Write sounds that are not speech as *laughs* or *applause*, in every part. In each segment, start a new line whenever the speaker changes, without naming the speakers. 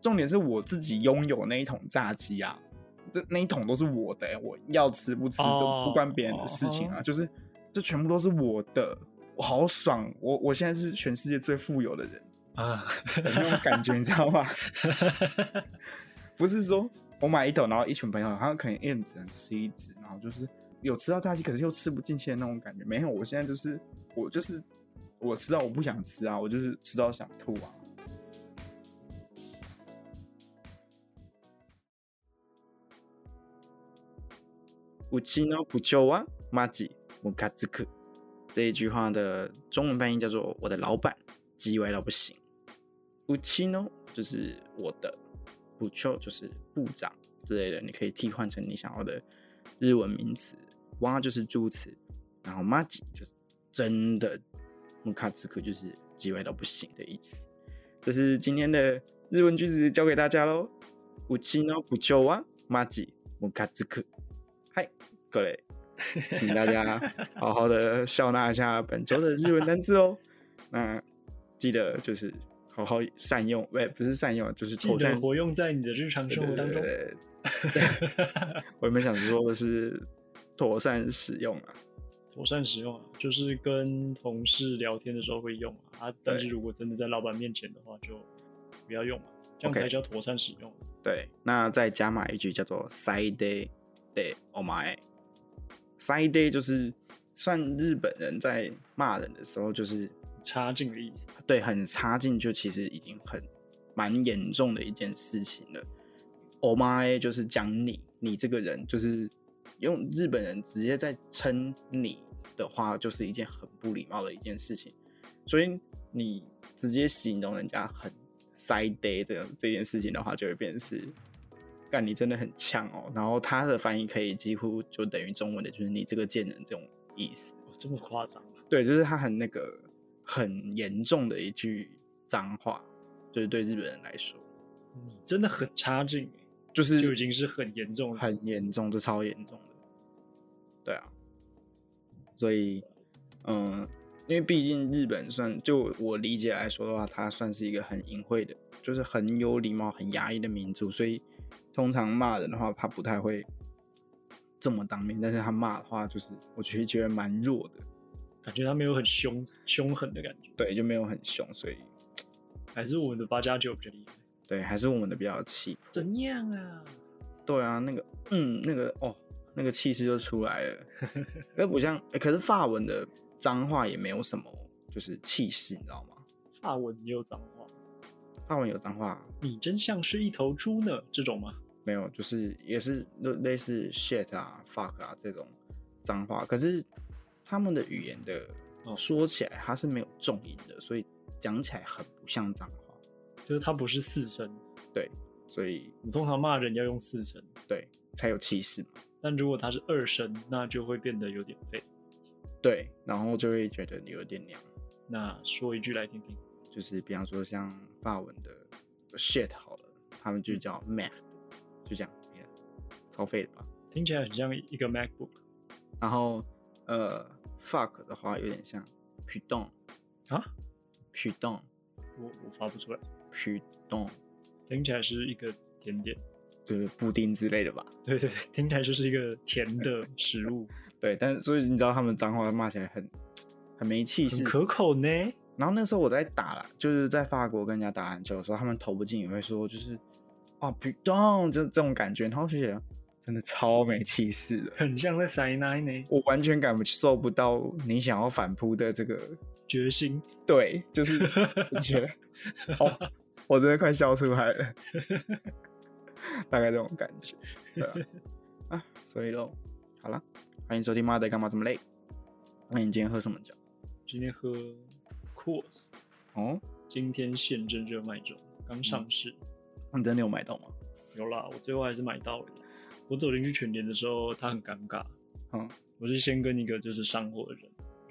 重点是我自己拥有那一桶炸鸡啊，这那一桶都是我的、欸，我要吃不吃都不关别人的事情啊，
哦
就是这全部都是我的，我好爽，我我现在是全世界最富有的人， *laughs*
啊，
有那种感觉，你知道 *laughs* 吗？不是说我买一桶，然后一群朋友，他可能一人只能吃一只，然后就是有吃到炸鸡，可是又吃不进去的那种感觉。没有，我现在就是我就是我吃到我不想吃啊，我就是吃到想吐啊。五七呢不救啊，马吉姆卡兹克这一句话的中文翻译叫做“我的老板叽歪到不行”。u c h i 就是我的 b u c h o 就是部长之类的，你可以替换成你想要的日文名词。哇就是助词，然后 maji 就是真的 m u k a z u 就是叽歪到不行的意思。这是今天的日文句子，教给大家喽。u c h i 不 b 啊，马吉姆卡兹克，嗨，各位，请大家好好的笑纳一下本周的日文单字哦。那记得就是好好善用，喂，不是善用，就是
记
妥善
得活用在你的日常
对
生
对
活当
对
中。
对 *laughs* 我原本想说的是妥善使用啊，
妥善使用啊，就是跟同事聊天的时候会用啊。啊但是如果真的在老板面前的话，就不要用嘛，这样
OK
才叫妥善使用。
对，那再加码一句叫做 “side day day oh my side day”，就是算日本人在骂人的时候，就是
插进的意思，
对很差劲，就其实已经很蛮严重的一件事情了。oh my 就是讲你，你这个人就是用日本人直接在称你的话，就是一件很不礼貌的一件事情。所以你直接形容人家很塞 day 这个这件事情的话，就会变成是，干你真的很呛哦。然后它的翻译可以几乎就等于中文的，就是你这个贱人这种意思。
哦这么夸张啊？
对，就是他很那个很严重的一句脏话，就是对日本人来说，
你真的很差劲、
就
欸，就
是
已经是很严重了。
很严重，这超严重的。对啊，所以，嗯，因为毕竟日本算就我理解来说的话，它算是一个很隐晦的，就是很有礼貌、很压抑的民族，所以通常骂人的话，他不太会这么当面，但是他骂的话，就是我其实觉得蛮弱的，
感觉他没有很凶凶狠的感觉，
对，就没有很凶，所以
还是我们的八加九比较厉害。
对，还是我们的比较气
怎样啊？
对啊，那个嗯，那个哦，那个气势就出来了。那不像、欸可是法文的脏话也没有什么，就是气势，你知道吗？
法文也有脏话，
法文有脏话
你真像是一头猪呢，这种吗？
没有？就是也是类类似 shit 啊、fuck 啊这种脏话，可是他们的语言的、
哦
说起来它是没有重音的，所以讲起来很不像脏话。
就是它不是四声，
所以
我们通常骂人要用四声，
对才有气势嘛，
但如果它是二声，那就会变得有点废。
对，然后就会觉得你有点娘。
那说一句来听听，
就是比方说像法文的 shit 好了，他们就
嗯
叫 mac，就这样没了，超废的吧。
听起来很像一个 MacBook
然后呃 fuck 的话有点像 p u d o n
啊，
p u d o n
我我发不出来，
p u d o n
听起来是一个甜点，
就是布丁之类的吧。
对对对，听起来就是一个甜的食物，
对，但是所以你知道他们脏话骂起来很很没气势
很。可口呢。
然后那时候我在打啦，就是在法国跟人家打篮球的时候，他们投不进也会说就是啊 p u d o n 这这种感觉，然后就觉得真的超没气势的。
很像在塞奶呢，
我完全感受不到你想要反扑的这个，
决心
对，就是我觉
*laughs*
得，哦，我真的快笑出来了，大概这种感觉，对啊，啊所以喽，好了，欢迎收听《妈的干嘛这么累》，那你今天喝什么酒？
今天喝 Coors，
哦，
今天现正热卖中，刚上市。
你真的有买到吗？
有啦，我最后还是买到了。我走进去全联的时候，他很尴尬。
嗯
我是先跟一个就是上货的人，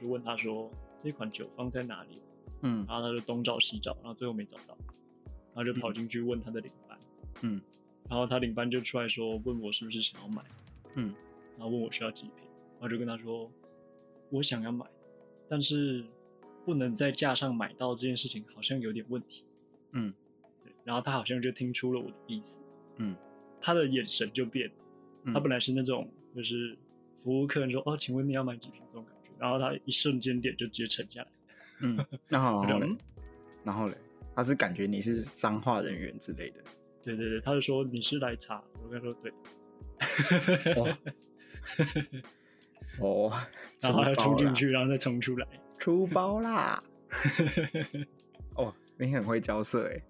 就问他说这款酒放在哪里，
嗯
然后他就东找西找，然后最后没找到，然后就跑进去问他的领班，
嗯，
然后他领班就出来说问我是不是想要买，
嗯，
然后问我需要几瓶，然后就跟他说我想要买，但是不能在架上买到这件事情好像有点问题，
嗯，
对，然后他好像就听出了我的意思，
嗯，
他的眼神就变了，他本
来
来是那种就是服务客人说哦，请问你要买几瓶这种感觉，然后他一瞬间脸就直接沉下来，
嗯，那
*laughs*
好，
我
然
就
后嘞
嗯，
然后嘞，他是感觉你是脏话人员之
*laughs*
类的，
对对对，他就说你是来查，我跟他说对，
哦哦，
*laughs* 然后他就
出包
冲进
啦
去，然后再冲出来，
出包啦！ *laughs* 哦，你很会交涉哎、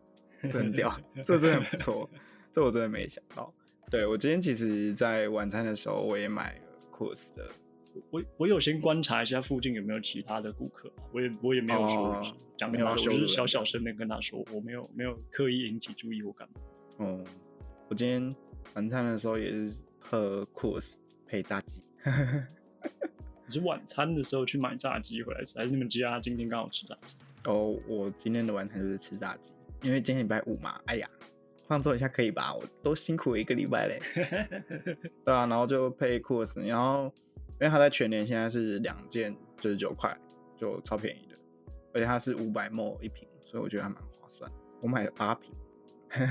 欸， *laughs* 这很 *laughs* 屌，这真的很不错，这我真的没想到。对我今天其实，在晚餐的时候我也买了 Coors 的，
我我有先观察一下附近有没有其他的顾客，啊我也我也没有说
哦
是讲
没
跟
有
他
要
说，
羞
我
辱
只
人
是小小声的跟他说，我没有没有刻意引起注意或干嘛。
哦、我今天晚餐的时候也是喝 Coors 配炸鸡，
你是晚餐的时候去买炸鸡回来吃，还是你们家今天刚好吃炸鸡？
哦，我今天的晚餐就是吃炸鸡，因为今天礼拜五嘛，哎呀，放纵一下可以吧？我都辛苦了一个礼拜嘞。对啊，然后就配 Coors，然后因为它在全年现在是两件九十九块，就超便宜的，而且它是五百 ml 一瓶，所以我觉得还蛮划算。我买了八瓶， *laughs*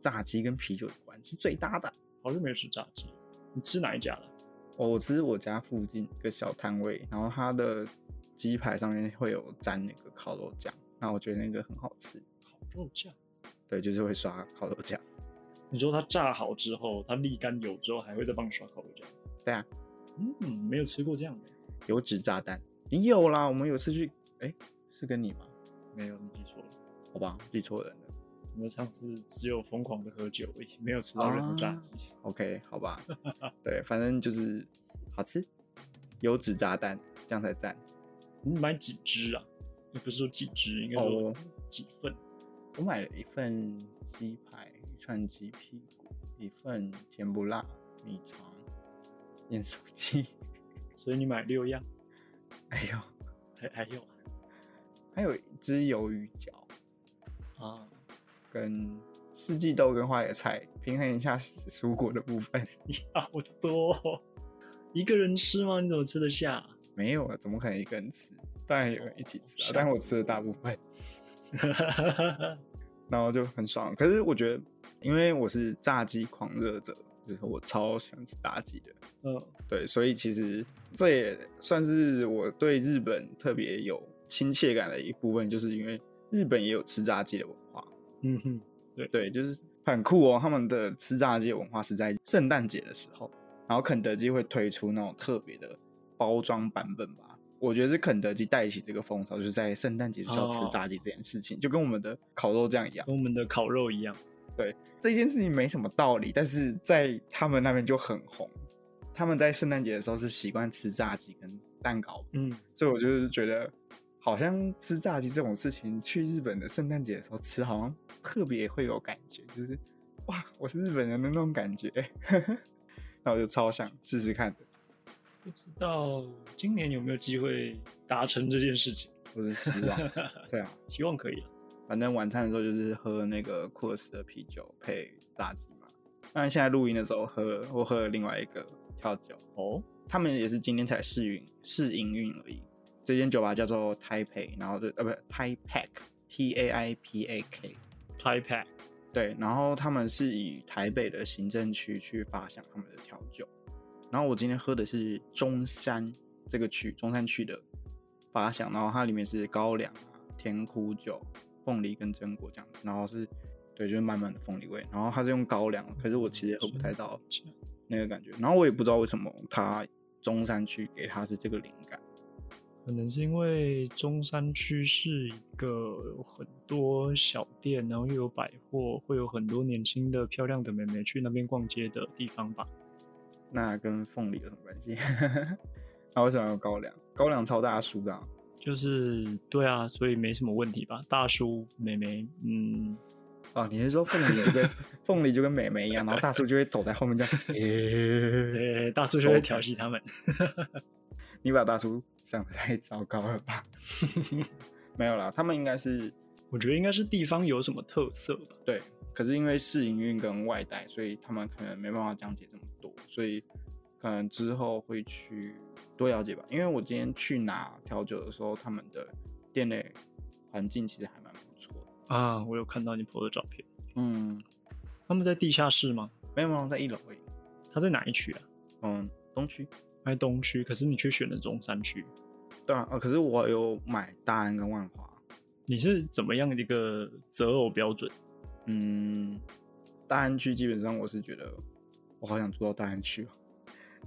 炸鸡跟啤酒的关是最搭的。
好久没有吃炸鸡，你吃哪一家了？
哦，我吃我家附近一个小摊位，然后它的鸡排上面会有沾那个烤肉酱，那我觉得那个很好吃。
烤肉酱。
对，就是会刷烤肉酱。
你说它炸好之后，它沥干油之后，还会再帮你刷烤肉酱？
对啊，
嗯，没有吃过这样的，
油脂炸弹也有啦。我们有次去，哎、是跟你吗？
没有，你记错了。
好吧，记错人了。
我们上次只有疯狂的喝酒而已，没有吃到任何炸鸡。
OK，好吧，对，反正就是好吃，油脂炸弹这样才赞。
你买几只啊？也不是说几只，应该
哦
说几份。
我买了一份鸡排，一串鸡屁股，一份甜不辣米肠，盐酥鸡，
所以你买六样，
哎呦，
还还有
还有一只鱿鱼脚
啊？
跟四季豆跟花椰菜，平衡一下蔬果的部分。
你好多、哦，一个人吃吗？你怎么吃得下、 *laughs*
没有啊，怎么可能一个人吃？当然有人一起吃啊，但我吃了大部分，然后就很爽。可是我觉得，因为我是炸鸡狂热者，就是我超喜欢吃炸鸡的，
嗯，
对，所以其实这也算是我对日本特别有亲切感的一部分，就是因为日本也有吃炸鸡的文化，
嗯哼，
对，就是很酷哦。他们的吃炸鸡的文化是在圣诞节的时候，然后肯德基会推出那种特别的包装版本吧。我觉得是肯德基带起这个风潮，就是在圣诞节就是要吃
哦
炸鸡这件事情，就跟我们的烤肉酱一样。
跟我们的烤肉一样。
这件事情没什么道理，但是在他们那边就很红。他们在圣诞节的时候是习惯吃炸鸡跟蛋糕，
嗯，
所以我就是觉得，好像吃炸鸡这种事情，去日本的圣诞节的时候吃，好像特别会有感觉，就是哇，我是日本人的那种感觉。 *laughs* 那我就超想试试看的，
不知道今年有没有机会达成这件事情？
我是希望。对啊，
希望可以啊。
反正晚餐的时候就是喝那个库尔斯的啤酒配炸鸡嘛。当然现在录音的时候喝，我喝了另外一个调酒，
哦，
他们也是今天才试运试营运而已。这间酒吧叫做 Taipei，然后就呃不 Taipei T A I P A K，
拍拍，
对，然后他们是以台北的行政区去发想他们的调酒。然后我今天喝的是中山这个区中山区的发想，然后它里面是高粱啊、甜苦酒、凤梨跟榛果这样子，然后是对，就是满满的凤梨味。然后它是用高粱，可是我其实也喝不太到那个感觉。然后我也不知道为什么它中山区给它是这个灵感。
可能是因为中山区是一个有很多小店，然后又有百货，会有很多年轻的漂亮的妹妹去那边逛街的地方吧。
那跟凤梨有什么关系？ *laughs* 那为什么要高粱？高粱超大叔的啊、
就是对啊，所以没什么问题吧？大叔、妹妹，嗯，
哦，你是说凤梨就跟凤梨就跟美眉一样，然后大叔就会躲在后面这样欸。
呃，大叔就会调戏他们。
你把大叔想的太糟糕了吧？ *laughs* 没有啦，他们应该是
我觉得应该是地方有什么特色吧。
对，可是因为试营运跟外带，所以他们可能没办法讲解这么多，所以可能之后会去多了解吧。因为我今天去拿调酒的时候，他们的店内环境其实还蛮不错的，
啊，我有看到你 PO 的照片。
嗯，
他们在地下室吗？
没有没有，在一楼而已。
他在哪一区啊？
嗯，东区。
在东区，可是你却选了中山区，
对啊，呃可是我有买大安跟万华。
你是怎么样一个择偶标准？
嗯，大安区基本上我是觉得我好想住到大安区哦，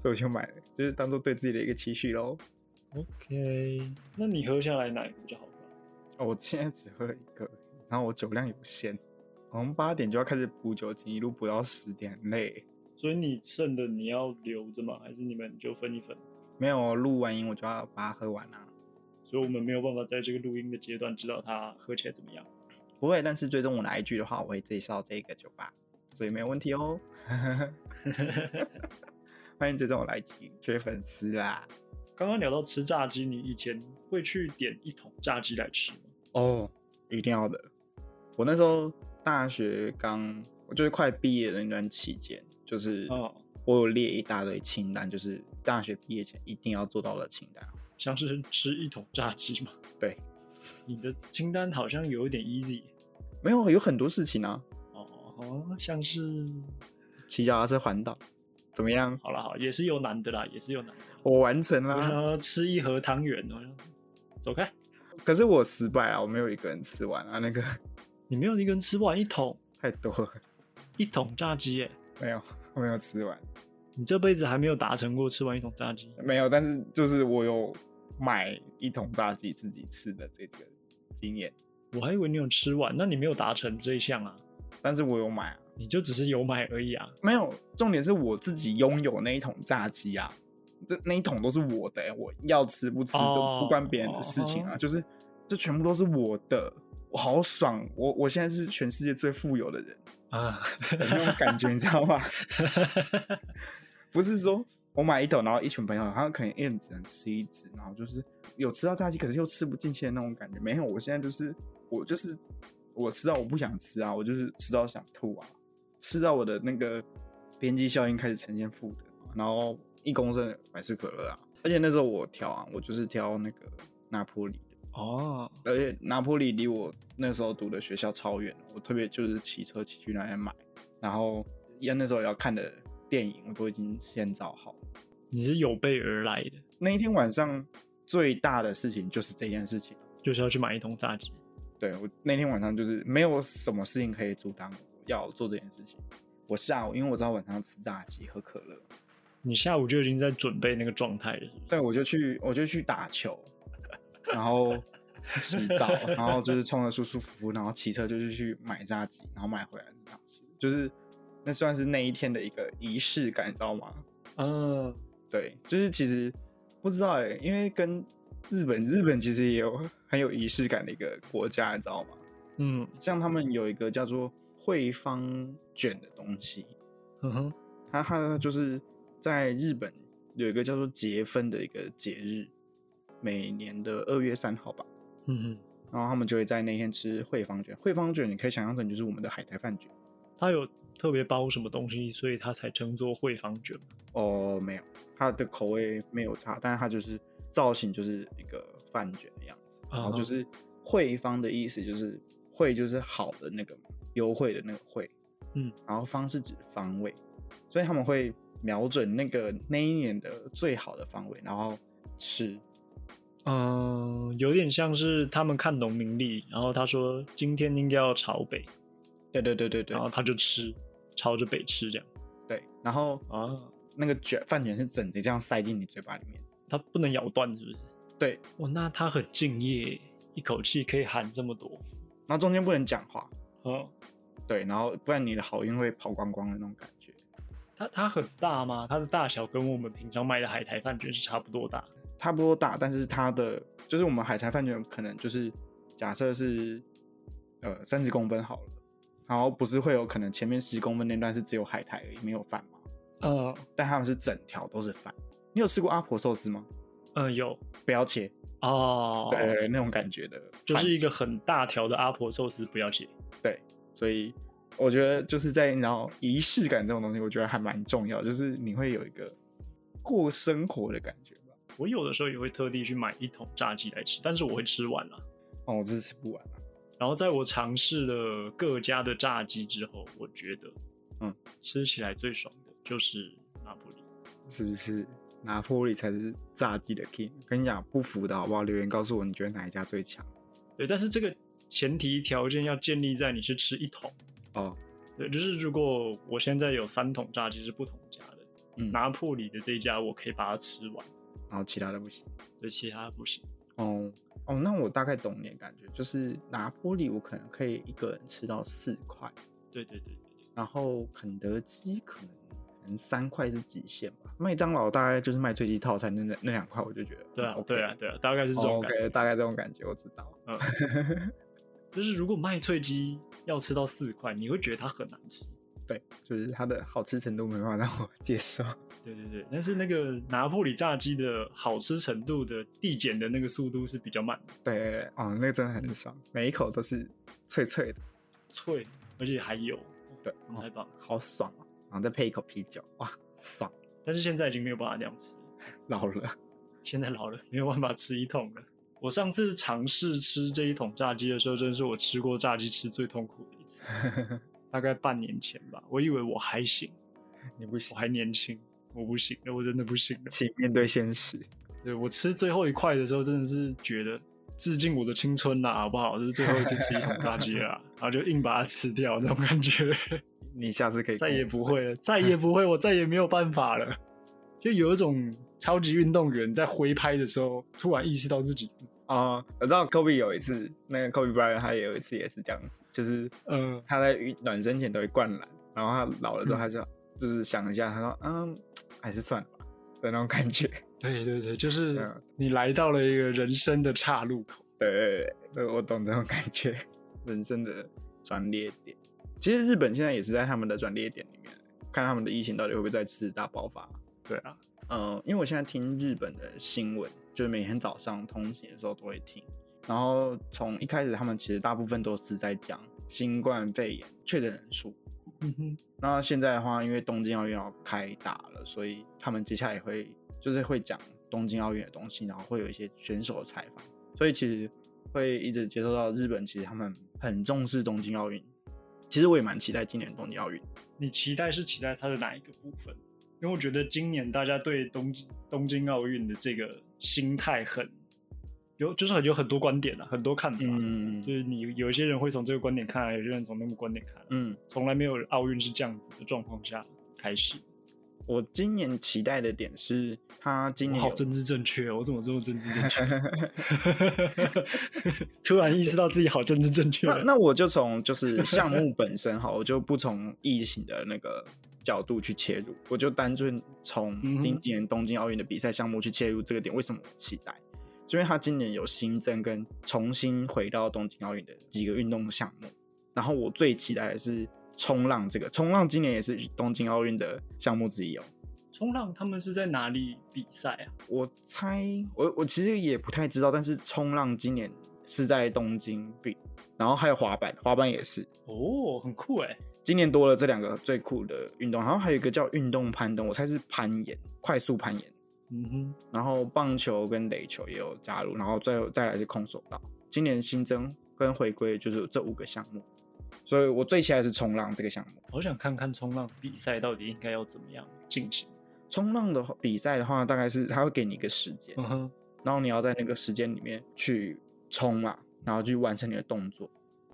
所以我就买了，就是当做对自己的一个期许喽。
OK，那你喝下来哪一个比较好喝？
哦，我现在只喝了一个，然后我酒量有限，好像八点就要开始补酒精，一路补到十点，很累。
所以你剩的你要留着吗？还是你们就分一分？
没有哦录完音我就要把它喝完啊。
所以我们没有办法在这个录音的阶段知道它喝起来怎么样。
不会，但是追踪我的 IG 的话，我会介绍这个酒吧，所以没有问题哦。 *laughs* 欢迎追踪我的 IG，缺粉丝啦。
刚刚聊到吃炸鸡，你以前会去点一桶炸鸡来吃吗？
哦，一定要的。我那时候大学刚，我就是快毕业的那段期间，就是
哦
我有列一大堆清单，就是大学毕业前一定要做到的清单。
像是吃一桶炸鸡吗？ *laughs*
对，
你的清单好像有一点 easy
没有，有很多事情啊，
哦，像是
骑脚踏车环岛，怎么样？
好了好，也是有难的啦，也是有难的。
我完成
我想
啦，
要吃一盒汤圆，我想走开，
可是我失败啊，我没有一个人吃完啊，那个
你没有一个人吃完一桶
太多了，
一桶炸鸡耶，
没有，我没有吃完，
你这辈子还没有达成过吃完一桶炸鸡。
没有，但是就是我有买一桶炸鸡自己吃的这个经验，
我还以为你有吃完，那你没有达成这一项啊，
但是我有买啊，
你就只是有买而已啊。
没有，重点是我自己拥有那一桶炸鸡啊，这那一桶都是我的欸、我要吃不吃都不关别人的事情啊
哦
就是这全部都是我的，我好爽，我我现在是全世界最富有的人，
啊， *laughs*
有那种感觉，你知道吗？不是说我买一桶，然后一群朋友，他可能一人只能吃一只，然后就是有吃到炸鸡，可是又吃不进去的那种感觉。没有，我现在就是我就是我吃到我不想吃啊，我就是吃到想吐啊，吃到我的那个边际效应开始呈现负的，然后一公升的百事可乐啊，而且那时候我挑啊，我就是挑那个拿坡里的，
哦，
而且拿坡里离我那时候读的学校超远，我特别就是骑车骑去那边买，然后因为那时候要看的电影我都已经先找好了。
你是有备而来的，
那一天晚上最大的事情就是这件事情。
就是要去买一桶炸鸡。
对我那天晚上就是没有什么事情可以阻挡我要做这件事情。我下午因为我知道晚上要吃炸鸡喝可乐，
你下午就已经在准备那个状态了，是不是
对我就去我就去打球， *laughs* 然后洗澡，然后就是冲的舒舒服服，然后骑车就是去买炸鸡，然后买回来这样吃，就是那算是那一天的一个仪式感，你知道吗？
嗯，
对，就是其实不知道哎、因为跟日本，日本其实也有很有仪式感的一个国家，你知道吗？
嗯
像他们有一个叫做惠方卷的东西，
嗯哼，
它它就是在日本有一个叫做结婚的一个节日，每年的二月三号吧，
嗯哼，
然后他们就会在那天吃惠方卷。惠方卷你可以想象成就是我们的海苔饭卷。
它有特别包什么东西，所以它才称作惠方卷。
哦，没有，它的口味没有差，但是它就是造型就是一个饭卷的样子，然后
嗯
就
哼
是惠方的意思就是惠就是好的那个嘛优惠的那个惠，
嗯，
然后方是指方位，所以他们会瞄准那个那一年的最好的方位，然后吃，
嗯，有点像是他们看懂名利，然后他说今天应该要朝北，
对对对对对
然后他就吃，朝着北吃这样
对，然后
啊，
那个卷饭卷是整的这样塞进你嘴巴里面，
他不能咬断是不是？
对，
哇，那他很敬业，一口气可以喊这么多，
然后中间不能讲话，
嗯，
对，然后不然你的好运会跑光光的那种感觉。
它它很大吗？它的大小跟我们平常卖的海苔饭卷是差不多大，
差不多大，但是它的就是我们海苔饭卷可能就是假设是呃三十公分好了，然后不是会有可能前面十公分那段是只有海苔而已，没有饭吗？
嗯
但他们是整条都是饭。你有吃过阿婆寿司吗？
嗯，有
不要切，
哦，
对对对，那种感觉的饭，
就是一个很大条的阿婆寿司，不要切。
所以我觉得就是在你知道仪式感这种东西，我觉得还蛮重要，就是你会有一个过生活的感觉吧。
我有的时候也会特地去买一桶炸鸡来吃，但是我会吃完了。啊
哦，我这是吃不完了、
然后在我尝试了各家的炸鸡之后，我觉得，
嗯，
吃起来最爽的就是拿破里。
是不是？拿破里才是炸鸡的 king。跟你讲，不服的好不好？留言告诉我，你觉得哪一家最强？
对，但是这个前提条件要建立在你是吃一桶。
哦，
对，就是如果我现在有三桶炸鸡是不同家的，
嗯
拿破里的这一家我可以把它吃完，
然后其他的不行。
对，其他不行。
哦哦，那我大概懂你的感觉，就是拿破里我可能可以一个人吃到四块，
对对对对
然后肯德基可能可能三块是极限吧，麦当劳大概就是卖最低套餐那那两块，我就觉得
对
嗯
啊
，OK 哦
对啊对啊，大概是这种感觉。
OK，大概这种感觉我知道。
就是如果麦脆鸡要吃到四块，你会觉得它很难吃。
对，就是它的好吃程度没办法让我接受。 *laughs*
对对对，但是那个拿破里炸鸡的好吃程度的递减的那个速度是比较慢的，
对，哦，那个真的很爽，每一口都是脆脆的，
脆，而且还油，
对，
真的
哦
太棒了。
好爽啊！然后再配一口啤酒，哇，爽！
但是现在已经没有办法这样吃了，
老了， *laughs*
现在老了没有办法吃一桶了。我上次尝试吃这一桶炸鸡的时候，真是我吃过炸鸡吃最痛苦的一次，大概半年前吧。我以为我还行，
你不
我
行，
还年轻，我不行了，我真的不行了。
请面对现实。
对我吃最后一块的时候，真的是觉得致敬我的青春啦，好不好？就是最后一次吃一桶炸鸡啦，然后就硬把它吃掉，那种感觉，
你下次可以
再
跟
也
我
不会了，再也不会，我再也没有办法了。就有一种超级运动员在挥拍的时候，突然意识到自己，
哦，我知道 Kobe 有一次，那个 Kobe Bryant 他也有一次也是这样子，就是
嗯
他在运暖身前都会灌篮，然后他老了之后他就、就是想一下，他说嗯，还是算了吧的那种感觉。
对对对，就是
嗯
你来到了一个人生的岔路口。
对对对，我懂这种感觉，人生的转捩点。其实日本现在也是在他们的转捩点里面，看他们的疫情到底会不会再次大爆发。
对啊，
嗯，因为我现在听日本的新闻，就是每天早上通勤的时候都会听。然后从一开始，他们其实大部分都是在讲新冠肺炎确诊人数。
嗯哼，
那现在的话，因为东京奥运要开打了，所以他们接下来也会就是会讲东京奥运的东西，然后会有一些选手的采访。所以其实会一直接受到日本，其实他们很重视东京奥运。其实我也蛮期待今年东京奥运。
你期待是期待它的哪一个部分？因为我觉得今年大家对东京东京奥运的这个心态很有，就是很有很多观点啊，很多看法。
嗯
就是你有一些人会从这个观点看来，有些人从那个观点看来，
嗯，
从来没有奥运是这样子的状况下开始。
我今年期待的点是，他今
我
年
好
有
政治正确哦，我怎么这么政治正
*laughs*
确？突然意识到自己好政治正确
那
了。
那我就从就是项目本身哈，我就不从疫情的那个角度去切入，我就单纯从
嗯哼
今年东京奥运的比赛项目去切入这个点。为什么我期待？是因为他今年有新增跟重新回到东京奥运的几个运动项目，然后我最期待的是冲浪这个，冲浪今年也是东京奥运的项目之一哦。
冲浪他们是在哪里比赛啊？
我猜，我我其实也不太知道，但是冲浪今年是在东京比，然后还有滑板，滑板也是。
哦，很酷哎！
今年多了这两个最酷的运动，然后还有一个叫运动攀登，我猜是攀岩，快速攀岩。
嗯哼，
然后棒球跟垒球也有加入，然后再再来是空手道。今年新增跟回归就是有这五个项目，所以我最期待的是冲浪这个项目。
好想看看冲浪比赛到底应该要怎么样进行。
冲浪的话比赛的话，大概是他会给你一个时间，
嗯哼，
然后你要在那个时间里面去冲嘛，然后去完成你的动作，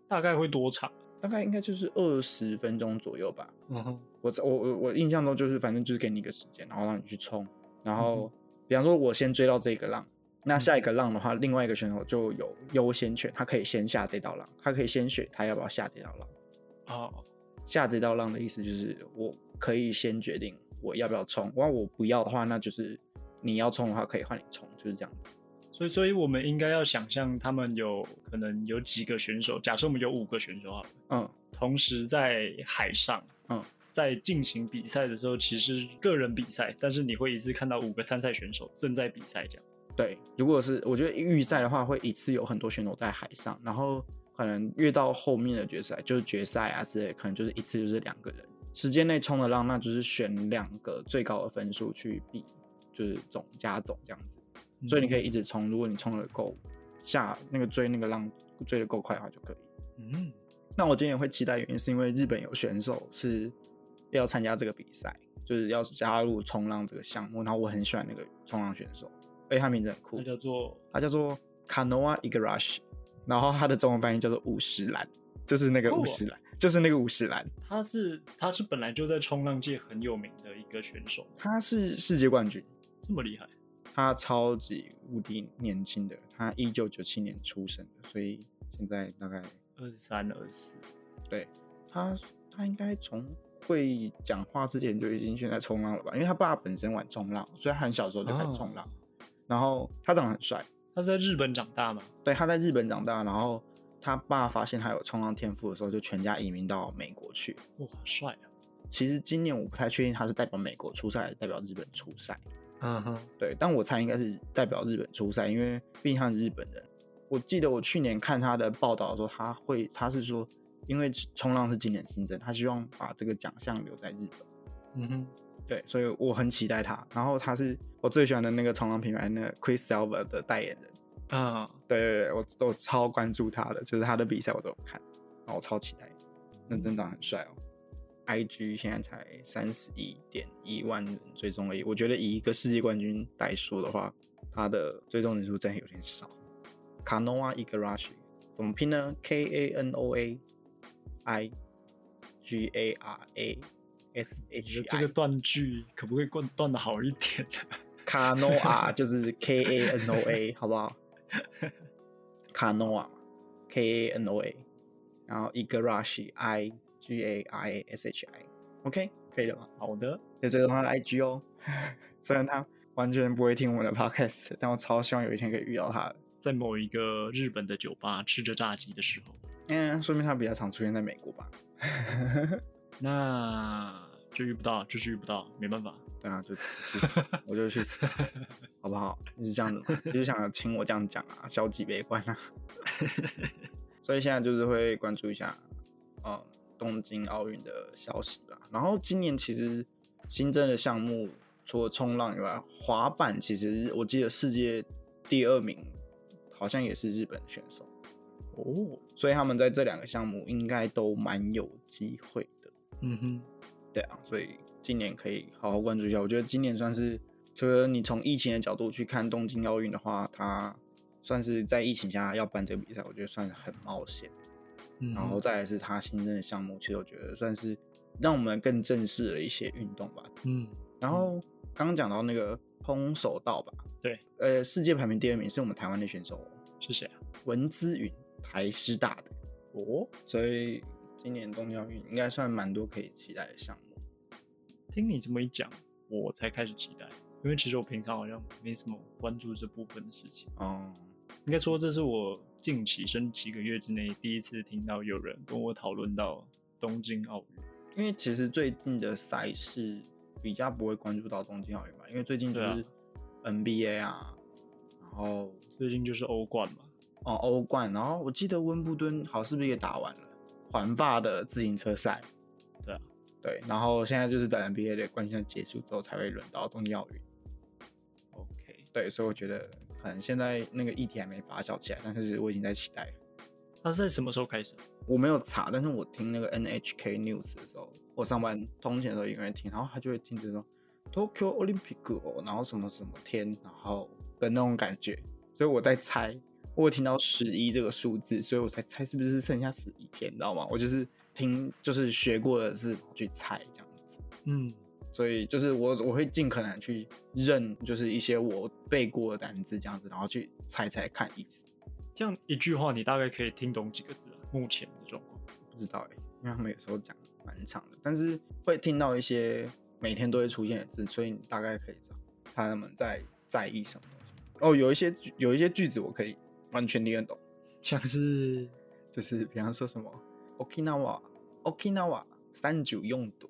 大概会多长？
大概应该就是二十分钟左右吧。
嗯哼，
我我我我印象中就是反正就是给你一个时间，然后让你去冲，然后比方说我先追到这个浪，那下一个浪的话，另外一个选手就有优先权，他可以先下这道浪，他可以先选他要不要下这道浪。
哦，
下这道浪的意思就是我可以先决定我要不要冲，如果我不要的话，那就是你要冲的话可以换你冲，就是这样子。
所以所以我们应该要想象他们有可能有几个选手，假设我们有五个选手好了，
嗯，
同时在海上，
嗯，
在进行比赛的时候，其实个人比赛，但是你会一次看到五个参赛选手正在比赛这样。
对，如果是我觉得预赛的话，会一次有很多选手在海上，然后可能越到后面的决赛，就是决赛啊之类，可能就是一次就是两个人，时间内冲的浪，那就是选两个最高的分数去比，就是总加总这样子。
嗯
所以你可以一直冲，如果你冲的够下那个追那个浪追的够快的话就可以。
嗯，
那我今年会期待原因是因为日本有选手是要参加这个比赛，就是要加入冲浪这个项目，然后我很喜欢那个冲浪选手，而且他名字很酷
那，叫做
他叫做 Kanoa Igarashi，然后他的中文翻译叫做五十岚，就是那个
酷哦
五十岚，就是那个五十岚，
他是他是本来就在冲浪界很有名的一个选手，
他是世界冠军，
这么厉害，
他超级无敌年轻的，他一九九七年出生的，所以现在大概
二十三、二十四，
他他应该从会讲话之前就已经先在冲浪了吧？因为他爸本身玩冲浪，所以他很小时候就开始冲浪。
啊
然后他长得很帅，
他是在日本长大嘛？
对，他在日本长大，然后他爸发现他有冲浪天赋的时候，就全家移民到美国去。
哇，好帅啊！
其实今年我不太确定他是代表美国出赛还是代表日本出赛，
嗯哼，
对，但我猜应该是代表日本出赛，因为毕竟他是日本人。我记得我去年看他的报道的时候，他会他是说，因为冲浪是今年新增，他希望把这个奖项留在日本。
嗯哼，
对，所以我很期待他。然后他是我最喜欢的那个冲浪品牌，那个 Chris Silver 的代言人。
啊，
对对对，我都超关注他的，就是他的比赛我都有看，然后我超期待。那真的很帅哦。IG 现在才三十一点一万人追踪而已，我觉得以一个世界冠军来说的话，他的追踪人数真的有点少。Kanoa Igarashi 怎么拼呢？K A N O A I G A R A S
我觉
H
得
I
这个断句可不可以断断的好一点？
卡诺啊， *laughs* 就是 K A N O A，好不好？卡诺啊，K A N O A，然后 Igarashi I G A R A S H I，OK，、可以了吧？
*laughs* 好的，
就追踪他的 IG 哦。 *laughs* 虽然他完全不会听我们的 podcast，但我超希望有一天可以遇到他的。
在某一个日本的酒吧吃着炸鸡的时候，
嗯，说明他比较常出现在美国吧？
那就遇不到，就是遇不到，没办法。
对啊，就就去死，我就去死，好不好？就是这样子嘛，就是想听我这样讲啊，消极悲观啊。 *laughs* 所以现在就是会关注一下，呃，东京奥运的消息吧。然后今年其实新增的项目，除了冲浪以外，滑板其实我记得世界第二名好像也是日本选手，
哦，
所以他们在这两个项目应该都蛮有机会的。
嗯哼，
对啊，所以今年可以好好关注一下。我觉得今年算是，除了你从疫情的角度去看东京奥运的话，它算是在疫情下要办这个比赛，我觉得算是很冒险。
嗯哼
然后再来是它新增的项目，其实我觉得算是让我们更正式了一些运动吧。
嗯，
然后刚刚讲到那个空手道吧，
对，
呃，世界排名第二名是我们台湾的选手
是谁啊？
文姿云，台师大的，
哦，
所以今年东京奥运应该算蛮多可以期待的项目。
听你这么一讲，我才开始期待，因为其实我平常好像没什么关注这部分的事情。
哦、
应该说，这是我近期甚至几个月之内第一次听到有人跟我讨论到东京奥运。
因为其实最近的赛事比较不会关注到东京奥运吧，因为最近就
对啊
是 NBA 啊，然后
最近就是欧冠嘛，
哦欧冠，然后我记得温布敦好像是不是也打完了环法的自行车赛？
对啊，
对，然后现在就是等 NBA 的冠军赛结束之后才会轮到东京奥运。
OK，
对，所以我觉得可能现在那个议题还没发酵起来，但是我已经在期待了。
它是在什么时候开始？啊
我没有查，但是我听那个 NHK News 的时候，我上班通勤的时候有人听，然后他就会听着说 Tokyo Olympic 哦，然后什么什么天，然后的那种感觉，所以我在猜，我有听到十一这个数字，所以我才猜是不是剩下十一天，你知道吗？我就是听就是学过的字去猜这样子，
嗯，
所以就是我我会尽可能去认就是一些我背过的单词这样子，然后去猜猜看意思，
这样一句话你大概可以听懂几个字啊？目前的状况。
不知道哎、因为他们有时候讲蛮长的，但是会听到一些每天都会出现的字，所以你大概可以知道他们在在意什么东西。哦，有一些句有一些句子我可以完全听得懂，
像是
就是比方说什么 Okinawa Okinawa 三九用度，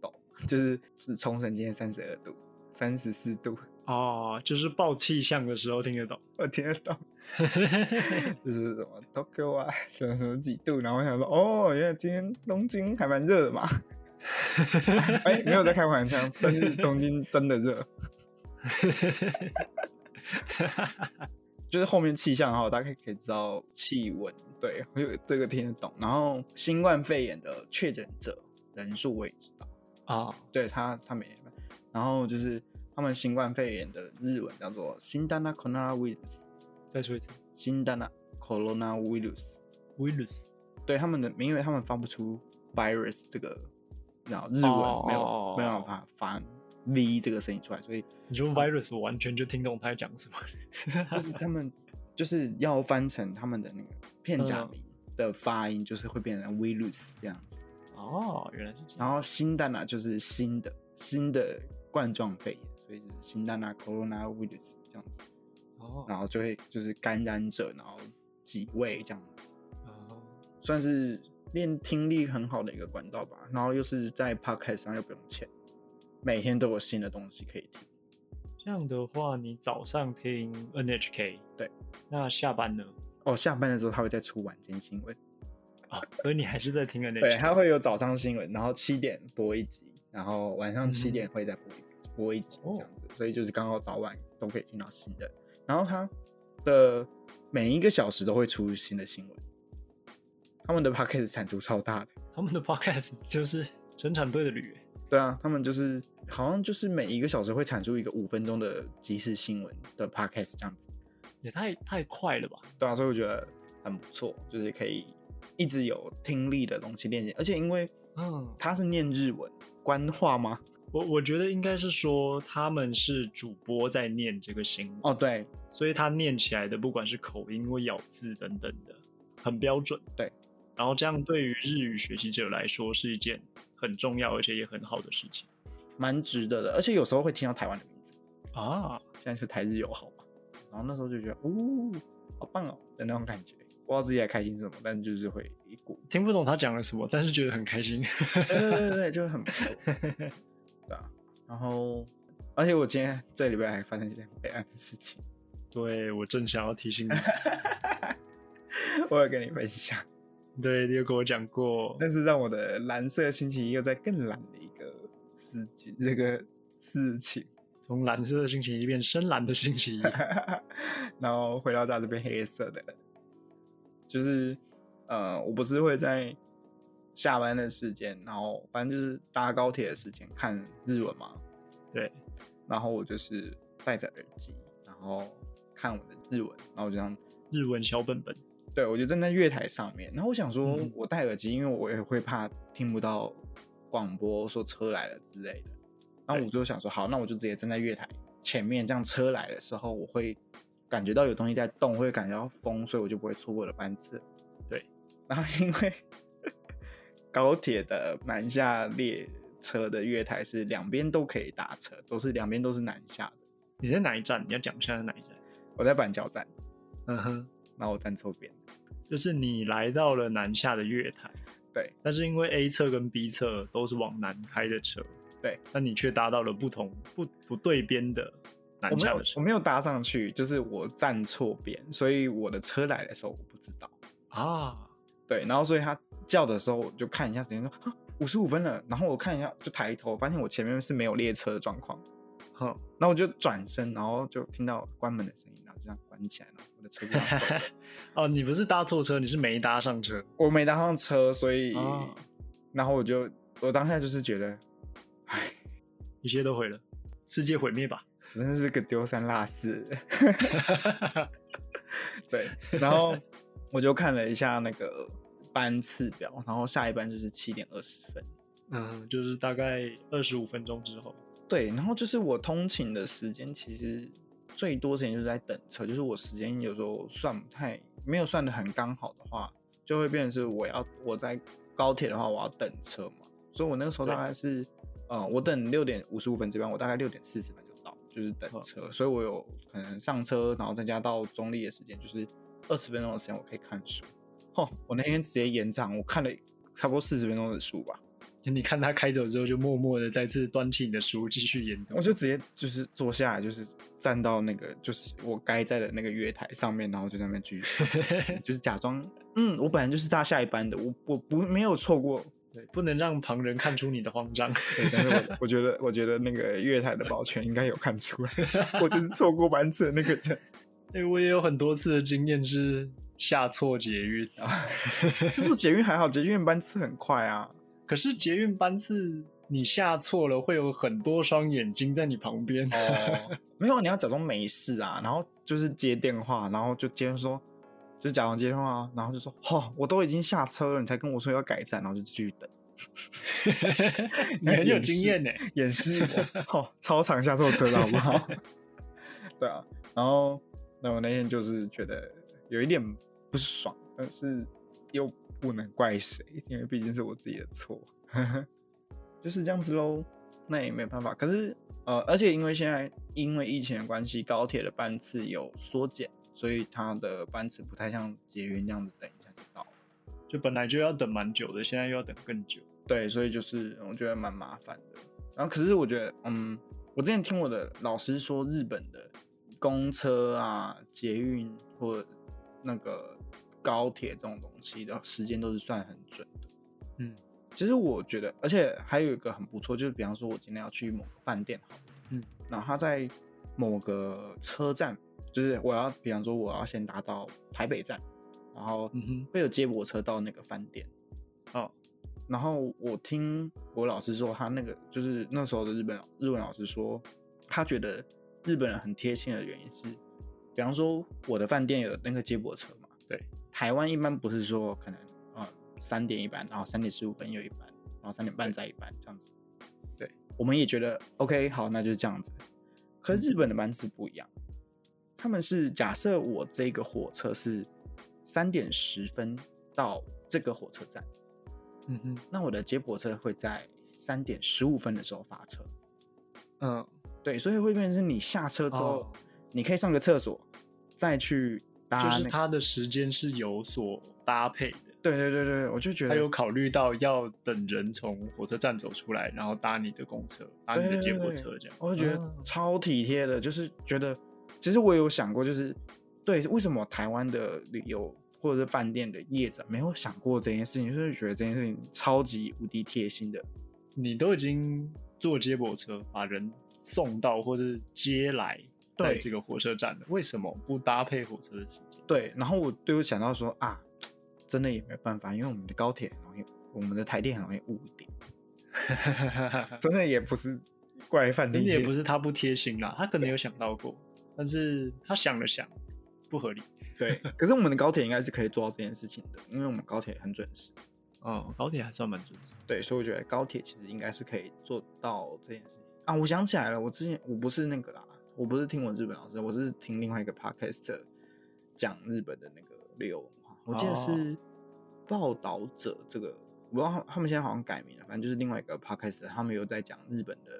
懂，就是是冲绳今天三十二度，三十四度，
哦，就是报气象的时候听得懂。
我听得懂。就是什么 Tokyo 啊，什么什么几度，然后我想说，哦，原来今天东京还蛮热的嘛。哎、没有在开玩笑，但是东京真的热。就是后面气象哈，大概可以知道气温，对，我有这个听得懂。然后新冠肺炎的确诊者人数我也知道，
啊，
对他他每年办，然后就是他们新冠肺炎的日文叫做新丹纳 coronavirus，
再说一次
新丹纳 coronavirus，
，virus
对他们的，因为他们发不出 virus 这个，然后日文没有、
哦
没有办法发 v 这个声音出来，
*laughs*
所以
你说 virus，我完全就听懂他在讲什么。
就是他们就是要翻成他们的那个片假名的发音，就是会变成 virus 这样子。
哦，原来是这样。
然后新蛋啊，就是新的新的冠状肺炎，所以就是新蛋啊 coronavirus 这样子，
哦，
然后就会就是感染者，然后几位这样子，
哦
算是练听力很好的一个管道吧。然后又是在 podcast 上又不用钱，每天都有新的东西可以听。
这样的话，你早上听 NHK，
对，
那下班呢？
哦，下班的时候他会再出晚间新闻。
哦，所以你还是在听 NHK。
对，它会有早上新闻，然后七点播一集，然后晚上七
嗯
点会再播一、播一集
哦
这样子，所以就是刚好早晚都可以听到新的。然后它的每一个小时都会出新的新闻，他们的 p a c k a g e 产出超大的。
他们的 podcast 就是生产队的驴。
对啊，他们就是好像就是每一个小时会产出一个五分钟的即时新闻的 podcast 这样子，
也太太快了吧？
对啊，所以我觉得很不错，就是可以一直有听力的东西练习，而且因为
嗯，
它是念日文官话吗？
我我觉得应该是说他们是主播在念这个新闻，
哦，对，
所以他念起来的不管是口音或咬字等等的，很标准。
对，
然后这样对于日语学习者来说是一件很重要而且也很好的事情
蛮值得的，而且有时候会听到台湾的名字，
啊。
现在是台日友好嘛，然后那时候就觉得，哦，好棒哦的那种感觉，不知道自己在开心什么，但就是会一股，
*laughs* 听不懂他讲了什么，但是觉得很开心。 *laughs*
对对对对，就是很不错，对啊，然后，而且我今天这个礼拜还发生一件悲哀的事情，
对我正想要提
*laughs*
醒你，
我有跟你分享，
对你有跟我讲过，
但是让我的蓝色星期一又在更蓝的一个事情，这个事情，
从蓝色的星期一变深蓝的星期一。
然后回到家这边黑色的，就是呃，我不是会在下班的时间，然后反正就是搭高铁的时间看日文嘛，
对，
然后我就是戴着耳机，然后看我的日文，然后我就这样，
日文小本本。
对我就站在月台上面，然后我想说
嗯
我戴耳机，因为我也会怕听不到广播说车来了之类的，然后我就想说好，那我就直接站在月台前面，这样车来的时候我会感觉到有东西在动，会感觉到风，所以我就不会错过我的班次。
对，
然后因为 *laughs* 高铁的南下列车的月台是两边都可以打车，都是两边都是南下的。
你在哪一站？你要讲一下在哪一站。
我在板桥站，
嗯哼，
然后我站错边。
就是你来到了南下的月台，
对，
但是因为 A 侧跟 B 侧都是往南开的车，
对，
但你却搭到了不同不不对边的
我
南
没
下
有
的，
我
车
没有搭上去，就是我站错边，所以我的车来的时候我不知道。
啊。
对，然后所以他叫的时候，我就看一下时间，说啊五十五分了。然后我看一下，就抬头发现我前面是没有列车的状况。
哼， *laughs*
然后我就转身，然后就听到关门的声音，然后就这样关起来了。然后我的车就这
*laughs*
样走了
哦，你不是搭错车，你是没搭上车。
我没搭上车，所以、
哦
然后我就我当下就是觉得，唉，
一切都毁了，世界毁灭吧！
真的是个丢三落四。对，然后我就看了一下那个班次表，然后下一班就是七点二十分。
嗯，就是大概二十五分钟之后。 *laughs*
对，然后就是我通勤的时间，其实最多时间就是在等车，就是我时间有时候算不太，没有算的很刚好的话，就会变成是我要我在高铁的话，我要等车嘛，所以我那个时候大
对
概是，呃，我等六点五十五分这班，我大概六点四十分就到，就是等
哦
车，所以我有可能上车，然后再加到中立的时间，就是二十分钟的时间，我可以看书。哦，我那天直接延长，我看了差不多四十分钟的书吧。
你看他开走之后，就默默的再次端起你的书继续研读
我。就直接就是坐下来，就是站到那个就是我该在的那个月台上面，然后就在那边继续看，就是假装嗯，我本来就是搭下一班的，我我不没有错过。
对，不能让旁人看出你的慌张。
对，但是我我觉 *laughs* 得我觉得那个月台的保全应该有看出来，我就是错过班次的那个人。
哎、我也有很多次的经验是下错捷运啊， *laughs*
就说捷运还好，捷运班次很快啊。
可是捷运班次你下错了，会有很多双眼睛在你旁边。 *laughs*
哦，没有，你要假装没事啊，然后就是接电话，然后就接说，就假装接电话啊，然后就说，哦，我都已经下车了，你才跟我说要改站，然后就继续等，
你很有经验呢、
掩饰我，哦，超常下错车的好不好？ *laughs* 对啊，然后那我那天就是觉得有一点不爽，但是又不能怪谁，因为毕竟是我自己的错， *laughs* 就是这样子喽。那也没办法，可是呃，而且因为现在因为疫情的关系，高铁的班次有缩减，所以它的班次不太像捷运那样子等一下就到。
就本来就要等蛮久的，现在又要等更久。
对，所以就是我觉得蛮麻烦的。然后可是我觉得，嗯，我之前听我的老师说，日本的公车啊、捷运或那个高铁这种东西的时间都是算很准的。
嗯
其实我觉得，而且还有一个很不错，就是比方说，我今天要去某个饭店，好了，
嗯，
然后他在某个车站，就是我要，比方说我要先搭到台北站，然后
嗯哼，
会有接驳车到那个饭店，
哦，
然后我听我老师说，他那个就是那时候的日本老日文老师说，他觉得日本人很贴心的原因是，比方说我的饭店有那个接驳车嘛，
对，
台湾一般不是说可能呃三点一班，然后三点十五分又一班，然后三点半再一班这样子，
对，
我们也觉得 OK 好，那就是这样子。可是日本的班次不一样，他们是假设我这个火车是三点十分到这个火车站。
嗯哼，
那我的接驳车会在三点十五分的时候发车。
嗯，
哦对，所以会变成是你下车之后，
哦
你可以上个厕所，再去搭
就
那
是
个。
它的时间是有所搭配的，
对对对对，我就觉
它
得
有考虑到要等人从火车站走出来，然后搭你的公车，搭你的接驳车这样。
我就觉得
哦
超体贴的，就是觉得，其实我有想过，就是对为什么台湾的旅游或者是饭店的业者没有想过这件事情，就是觉得这件事情超级无敌贴心的。
你都已经坐接驳车把人送到或是接来在
对
这个火车站了，为什么不搭配火车的时间？
对，然后我对我想到说啊，真的也没办法，因为我们的高铁很容易，我们的台电很容易误点。
*laughs*
真的也不是怪饭店
真的
业，
也不是他不贴心啦，他可能有想到过，但是他想了想，不合理。
对。可是我们的高铁应该是可以做到这件事情的，因为我们高铁很准时。
嗯，高铁还算蛮准时。
对，所以我觉得高铁其实应该是可以做到这件事情啊。我想起来了，我之前我不是那个啦，我不是听我日本老师，我是听另外一个 podcast 讲日本的那个旅游文化，我记得
哦
是报道者这个，我不知道他他们现在好像改名了，反正就是另外一个 podcast，他们有在讲日本的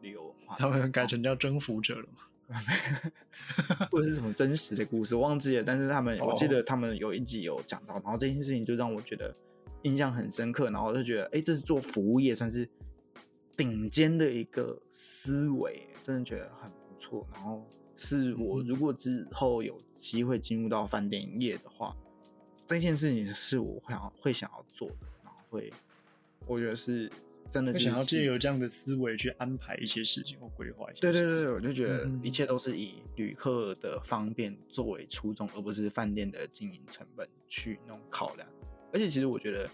旅游文化，
*laughs* 他们改成叫征服者了嘛？
或者是什么真实的故事，我忘记了。但是他们，
哦
我记得他们有一集有讲到，然后这件事情就让我觉得印象很深刻，然后我就觉得，哎、这是做服务业算是顶尖的一个思维，真的觉得很不错。然后是我
嗯
如果之后有机会进入到饭店业的话，这件事情是我会想要会想要做的，然后会，我觉得是真的
我
就是
想要借由
实际
这样的思维去安排一些事情或规划一些。
对对，对，我就觉得
嗯嗯
一
嗯
切都是以旅客的方便作为初衷，而不是饭店的经营成本去那种考量。而且其实我觉得，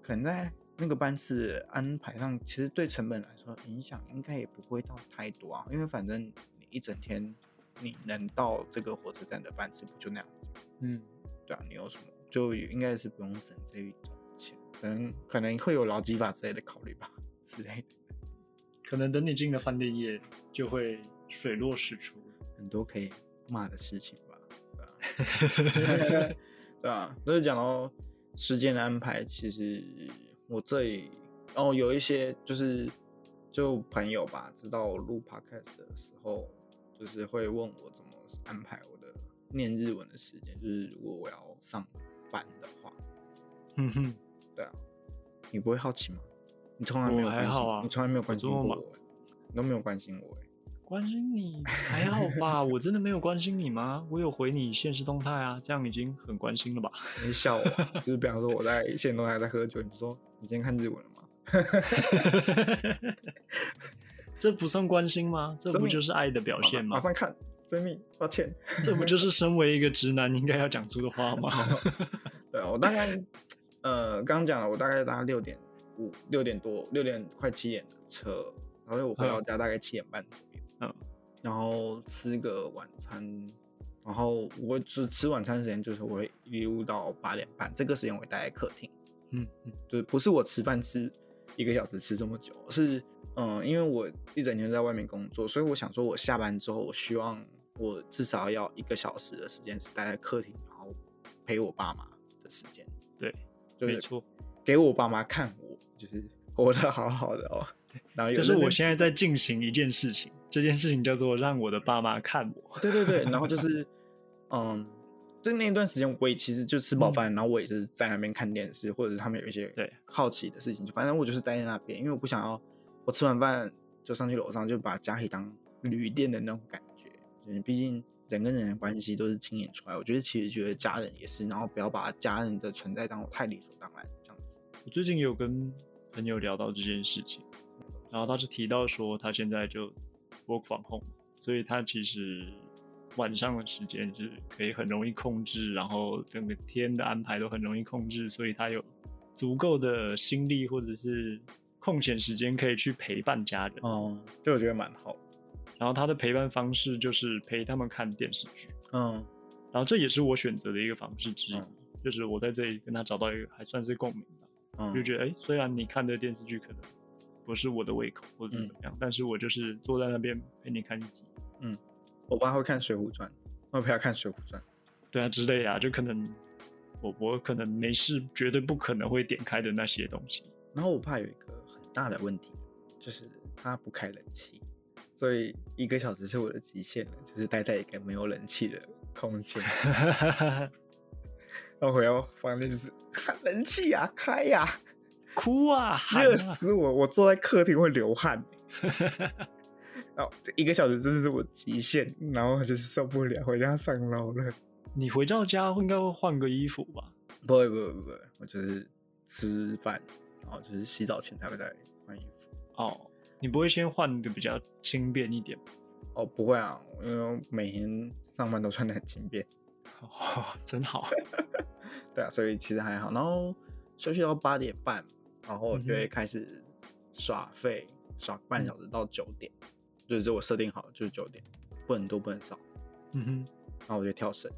可能在那个班次安排上，其实对成本来说影响应该也不会到太多啊，因为反正你一整天你能到这个火车站的班次不就那样子吗？
嗯，
对啊，你有什么就应该是不用省这一种钱，可能可能会有劳基法之类的考虑吧 *laughs* 之类的。
可能等你进了饭店业，就会水落石出了。
很多可以骂的事情吧，对
*laughs*
啊，对啊，所以讲到时间的安排，其实我这里哦有一些就是就朋友吧，知道我录 podcast 的时候，就是会问我怎么安排我的念日文的时间，就是如果我要上班的话，
嗯哼，
你不会好奇吗？你从来没有
我还
关心，
好啊
你从来没有关
我
心
这
过我
么忙
欸，你都没有关心我欸，
关心你还好吧？我真的没有关心你吗？我有回你现实动态啊，这样已经很关心了吧？
你笑我啊，就是比方说我在现动还在喝酒，你说你今天看日文了吗？
这不算关心吗？这
真
不
的
就是爱的表现吗
马？上看，遵命，抱歉。
这不就是身为一个直男应该要讲出的话吗？ *laughs*
对啊，我大概呃，刚刚讲了，我大概搭六点五、六点多、六点快七点的车，然后我回到家大概七点半左右。
嗯，
然后吃个晚餐，然后我只吃晚餐时间就是我会一路到八点半，这个时间我会待在客厅，
嗯嗯
就是不是我吃饭吃一个小时吃这么久，是嗯、呃因为我一整天在外面工作，所以我想说，我下班之后，我希望我至少要一个小时的时间是待在客厅，然后陪我爸妈的时间。
对，
就
没
是
错，
给我爸妈看我，就是活得好好的哦。然后有
就是
认
我
真
现在在进行一件事情，这件事情叫做让我的爸妈看我。
对对对，然后就是嗯，就那一段时间我也其实就吃饱饭，然后我也就是在那边看电视，或者是他们有一些
对
好奇的事情，就反正我就是待在那边，因为我不想要我吃完饭就上去楼上，就把家里当旅店的那种感觉。就是毕竟人跟人的关系都是经营出来，我觉得其实觉得家人也是，然后不要把家人的存在当太理所当然这样子。
我最近有跟朋友聊到这件事情，然后他是提到说他现在就 work from home，所以他其实晚上的时间是可以很容易控制，然后整个天的安排都很容易控制，所以他有足够的心力或者是空闲时间可以去陪伴家人。
哦、就我觉得蛮好。
然后他的陪伴方式就是陪他们看电视剧，
嗯
然后这也是我选择的一个方式之一，
嗯
就是我在这里跟他找到一个还算是共鸣吧。
嗯，
就觉得哎、诶虽然你看的电视剧可能不是我的胃口或者是怎么样，但是我就是坐在那边陪你看一集，
我爸会看《水浒传》，我陪他看《水浒传》。
对啊之类的、啊，就可能我我可能没事，绝对不可能会点开的那些东西。 *laughs*
然后我爸有一个很大的问题，就是他不开冷气，所以一个小时是我的极限了，就是待在一个没有冷气的空
*laughs*
间。然后回到房间就是看冷气呀、开呀、
哭啊，喊
热
啊，
死我！我坐在客厅会流汗。欸
*laughs*
然后这一个小时真的是我极限，然后就是受不了，回家上楼了。
你回到家应该会换个衣服吧？
不会不会不会，我就是吃饭，然后就是洗澡前才会再换衣服。
哦，你不会先换的比较轻便一点吗？ *laughs*
哦，不会啊，因为我每天上班都穿的很轻便，
哦，真好， *laughs*
对啊，所以其实还好。然后休息到八点半，然后我就
嗯
会
哼
开始耍废，耍半小时到九点，就是我设定好的就是九点，不能多不能少。
嗯哼，
然后我就跳绳，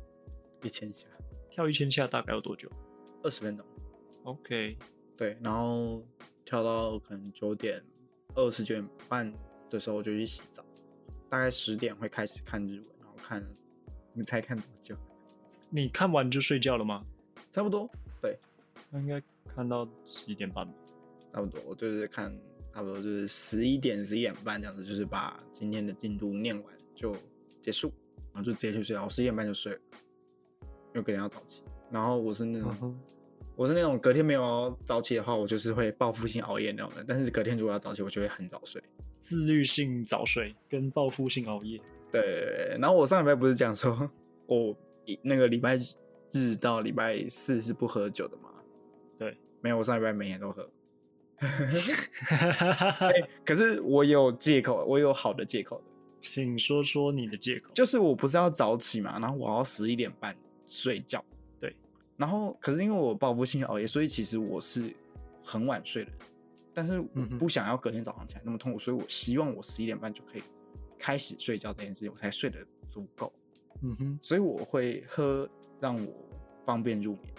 一千下，
跳一千下大概要多久
二十分钟，
？OK，
对，然后跳到可能九点二十九点半的时候我就去洗澡，大概十点会开始看日文，然后看，你猜看多久？
你看完就睡觉了吗？
差不多，对，
那应该看到十一点半吧。
差不多，我就是看差不多就是十一点十一点半这样子，就是把今天的进度念完就结束，然后就直接去睡了。我十一点半就睡了，因为隔天要早起。然后我是那种
嗯、哼
我是那种隔天没有早起的话，我就是会报复性熬夜那种的。但是隔天如果要早起，我就会很早睡。
自律性早睡跟报复性熬
*laughs*
夜，
对，然后我上礼拜不是讲说我一那个礼拜日到礼拜四是不喝酒的吗？
对，
没有，我上礼拜每天都喝。哎可是我有借口，我有好的借口的。
请说说你的借口。
就是我不是要早起嘛，然后我要十一点半睡觉，
对，
然后可是因为我报复性熬夜，所以其实我是很晚睡的人，但是我
嗯哼
不想要隔天早上起来那么痛苦，所以我希望我十一点半就可以开始睡觉这件事情，我才睡得足够，
嗯哼，
所以我会喝让我方便入眠，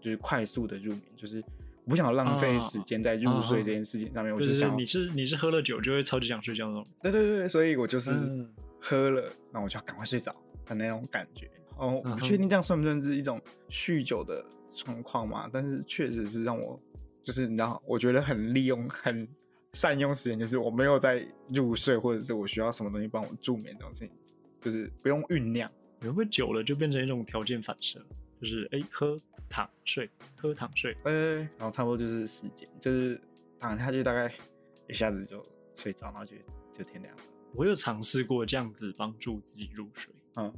就是快速的入眠，就是我不想浪费
啊
时间在入睡
啊
这件事情上面，我
就
只
是
想要
你是你是喝了酒就会超级想睡觉那种。
对对对，所以我就是
嗯
喝了，然后我就要赶快睡着的那种感觉。哦，我
嗯
不
哼
确定这样算不算是一种酗酒的状况嘛？但是确实是让我，就是你知道，我觉得很利用、很善用时间，就是我没有在入睡，或者是我需要什么东西帮我助眠这种事情，就是不用酝酿。
你会不会久了就变成一种条件反射？就是哎、喝躺睡，喝躺睡。
呃，然后差不多就是时间，就是躺下去大概一下子就睡着，然后就就天亮了。
我有尝试过这样子帮助自己入睡，
嗯，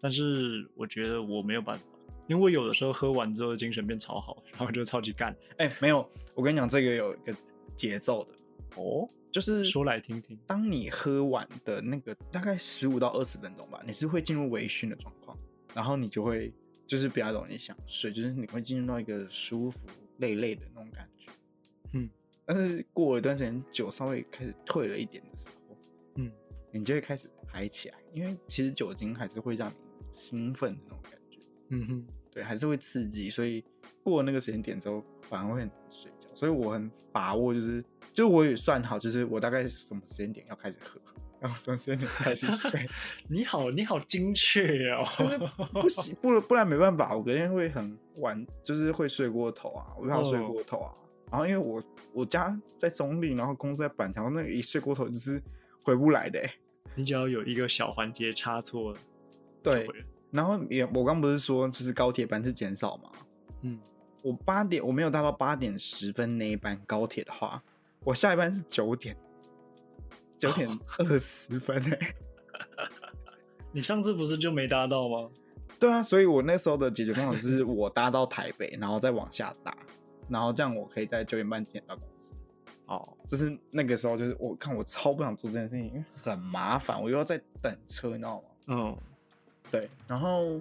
但是我觉得我没有办法，因为我有的时候喝完之后精神变超好，然后就超级干。
哎、没有，我跟你讲，这个有一个节奏的。
哦，
就是
说来听听
当你喝完的那个大概十五到二十分钟吧，你是会进入微醺的状况，然后你就会就是比较容易想睡，就是你会进入到一个舒服累累的那种感觉。
嗯，
但是过了一段时间，酒稍微开始退了一点的时候，
嗯，
你就会开始嗨起来，因为其实酒精还是会让你兴奋的那种感觉。
嗯哼，
对，还是会刺激，所以过了那个时间点之后，反而会很难睡觉。所以我很把握，就是就我也算好，就是我大概什么时间点要开始喝，然后什么时间点开始睡， *laughs*
你好，你好精确哦，
就是不行，不然不然没办法，我隔天会很晚，就是会睡过头啊，我怕睡
哦
过头啊。然后因为我我家在中立，然后公司在板桥，那个一睡过头就是回不来的、欸。
你只要有一个小环节差错，
对
就会了
然后也我刚不是说就是高铁班是减少嘛，
嗯，
我八点我没有搭到八点十分那一班高铁的话，我下一班是九点，九点二十分哎、
你上次不是就没搭到吗？
对啊，所以我那时候的解决方法是我搭到台北，然后再往下搭，然后这样我可以在九点半之前到公司。
哦，
就是那个时候，就是我看我超不想做这件事情，因为很麻烦，我又要在等车，你知道吗？
嗯，
对，然后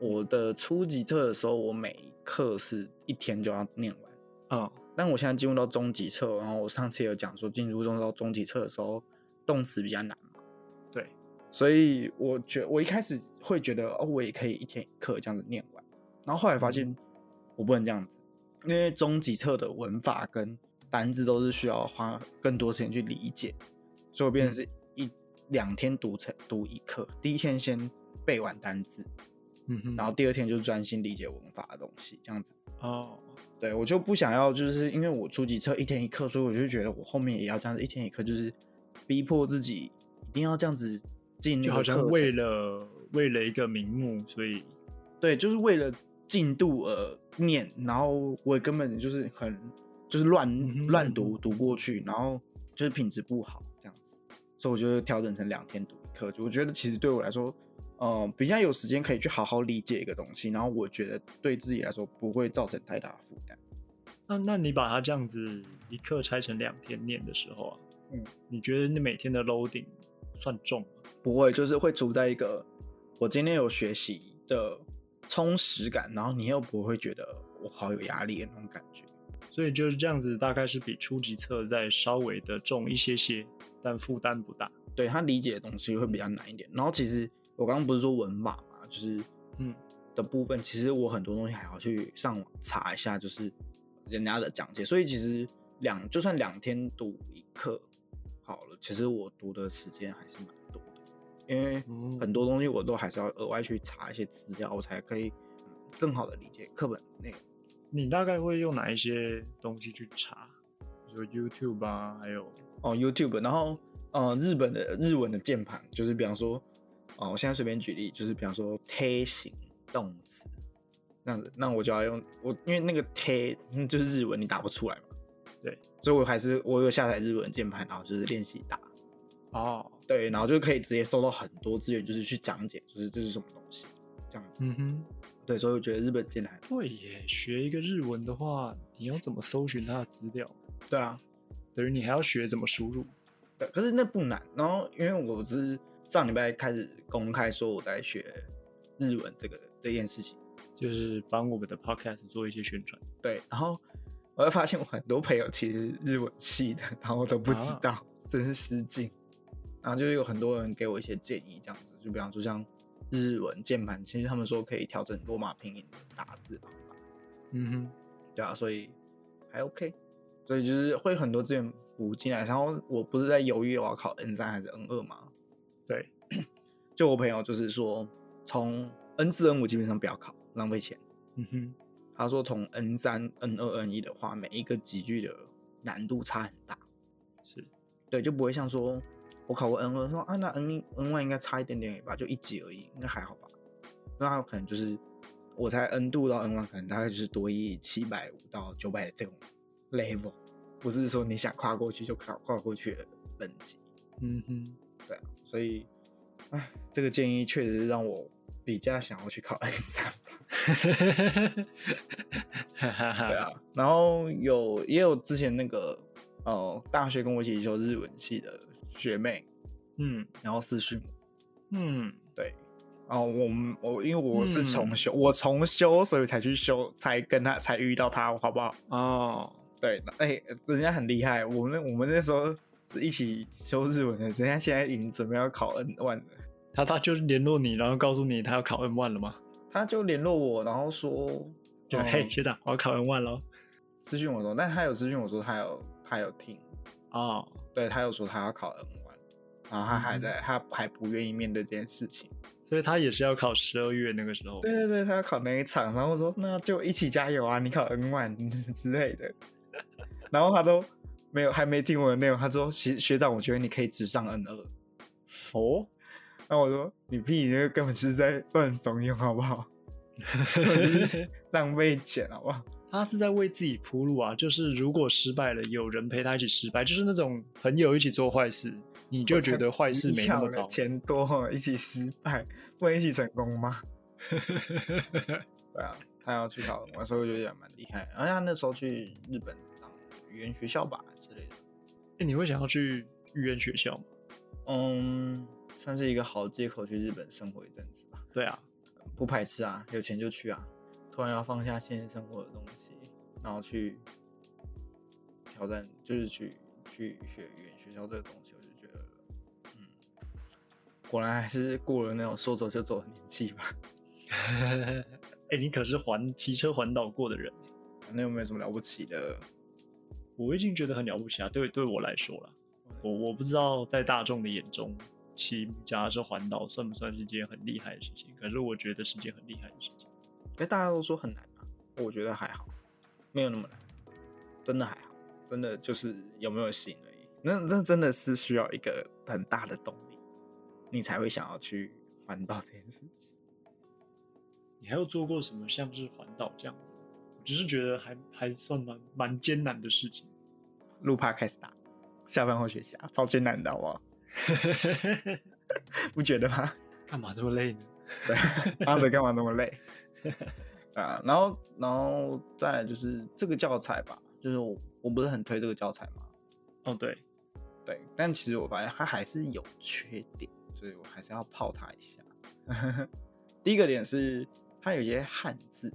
我的初级课的时候，我每一课是一天就要念完。
嗯，
但我现在进入到中级册，然后我上次有讲说，进入中到中级册的时候，动词比较难嘛，
对，
所以我觉我一开始会觉得哦，我也可以一天一课这样子念完，然后后来发现我不能这样子，因为中级册的文法跟单字都是需要花更多时间去理解，所以我变成是一两天读成读一课，第一天先背完单字，
嗯哼，
然后第二天就专心理解文法的东西，这样子。
哦，
对我就不想要，就是因为我初级车一天一课，所以我就觉得我后面也要这样子一天一课，就是逼迫自己一定要这样子进那
就
个
好
课
像
程
为了为了一个名目，所以
对，就是为了进度而念，然后我也根本就是很就是乱
嗯哼
乱
嗯
读读过去，然后就是品质不好这样子，所以我就调整成两天读一课。我觉得其实对我来说，呃，比较有时间可以去好好理解一个东西，然后我觉得对自己来说不会造成太大的负担。
那那你把它这样子一课拆成两天念的时候啊，
嗯，
你觉得你每天的 loading 算重吗？
不会，就是会处在一个我今天有学习的充实感，然后你又不会觉得我好有压力的那种感觉。
所以就是这样子，大概是比初级册再稍微的重一些些，但负担不大。
对他理解的东西会比较难一点。然后其实我刚刚不是说文法嘛，就是
嗯
的部分，其实我很多东西还要去上网查一下，就是人家的讲解。所以其实两就算两天读一课好了，其实我读的时间还是蛮多的，因为
嗯
很多东西我都还是要额外去查一些资料，我才可以嗯更好的理解课本内容。
你大概会用哪一些东西去查？比如 YouTube 啊，还有
哦，YouTube，然后呃，日本的日文的键盘就是比方说，哦、我现在随便举例，就是比方说贴形动词这样子，那我就要用我因为那个贴嗯就是日文，你打不出来嘛，
对，
所以我还是我有下载日文键盘，然后就是练习打，
哦，
对，然后就可以直接搜到很多资源，就是去讲解，就是这是什么东西这样子，
嗯哼，
对，所以我觉得日本键盘，
对耶，学一个日文的话，你要怎么搜寻它的资料？
对啊，
等于你还要学怎么输入。
对，可是那不难。然后因为我是上礼拜开始公开说我在学日文这个这件事情，
就是帮我们的 podcast 做一些宣传。
对，然后我会发现我很多朋友其实日文系的，然后我都不知道，真是失敬。然后就是有很多人给我一些建议，这样子，就比方说像日文键盘，其实他们说可以调整罗马拼音的打字方法，
嗯
对啊，所以还 OK，所以就是会很多资源补进来。然后我不是在犹豫我要考 N 三还是 N 二吗？
哼，对，
就我朋友就是说，从 N 四 N 五基本上不要考，浪费钱。
嗯哼，
他说从 N 三 N 二 N 一的话，每一个集句的难度差很大，
是，
对，就不会像说我考过 N 二，说啊那 N 一 N 1应该差一点点而已吧，就一级而已，应该还好吧。那他可能就是我才 N 度到 N 1可能大概就是多一七百五到九百这种 level，不是说你想跨过去就跨跨过去的等级。
嗯哼，
对啊，所以，唉，这个建议确实是让我比较想要去考 N 三吧。
哈哈
对
哈，
啊啊，然后有也有之前那个，呃大学跟我一起修日文系的学妹，
嗯
然后私讯我，
嗯，
对，哦，我们我因为我是重修，我重修，所以才去修，才跟他才遇到他，好不好？
哦，
对，那哎、人家很厉害，我们那我们那时候是一起修日文的，人家现在已经准备要考 N 万了。
他他就是联络你，然后告诉你他要考 N 万了吗？
他就联络我，然后说，
就、
嗯
嘿学长，我要考 N 万喽。
咨询我说，但他有咨询我说他有他有听，
哦，
对他有说他要考 N 万，然后他还在、他还不愿意面对这件事情。
所以他也是要考十二月那个时候。
对对对，他要考那一场，然后我说那就一起加油啊，你考 N 万 *laughs* 之类的，然后他都没有还没听我的内容，他说学学长，我觉得你可以直上 N 二。
哦，
那我说你屁，你那个根本是在乱怂恿，好不
*laughs*
好？浪费钱，好不好？
他是在为自己铺路啊，就是如果失败了，有人陪他一起失败，就是那种朋友一起做坏事，你就觉得坏事没那么
我才不要
糟
了。钱多一起失败，不能一起成功吗？
*laughs*
对啊，他要去考，我所以我觉得也蛮厉害。而且他那时候去日本当语言学校吧之类的，
欸你会想要去语言学校吗？
嗯，算是一个好借口去日本生活一阵子吧，
对啊，
不排斥啊，有钱就去啊。突然要放下现实生活的东西，然后去挑战，就是去去学语言学校这个东西，我就觉得，嗯，果然还是过了那种说走就走的年纪吧。
哎、你可是环骑车环岛过的人，
那又没有什么了不起的，
我已经觉得很了不起啊。对，对我来说啦，我我不知道在大众的眼中，骑脚踏车环岛算不算是一件很厉害的事情？可是我觉得是件很厉害的事情。
哎，大家都说很难啊，我觉得还好，没有那么难，真的还好，真的就是有没有心而已。那那真的是需要一个很大的动力，你才会想要去环岛这件事情。
你还有做过什么像是环岛这样子？我只是觉得还还算蛮蛮艰难的事情。
录趴开始打，下班后学习啊，超艰难的好不好？不觉得吗？ *laughs*
*laughs* 干嘛这么累呢？
对，阿德干嘛那么累？ *laughs* 啊，然后然后再来就是这个教材吧，就是我我不是很推这个教材嘛，
哦，对，
对，但其实我发现它还是有缺点，所以我还是要泡它一下。 *laughs* 第一个点是它有些汉字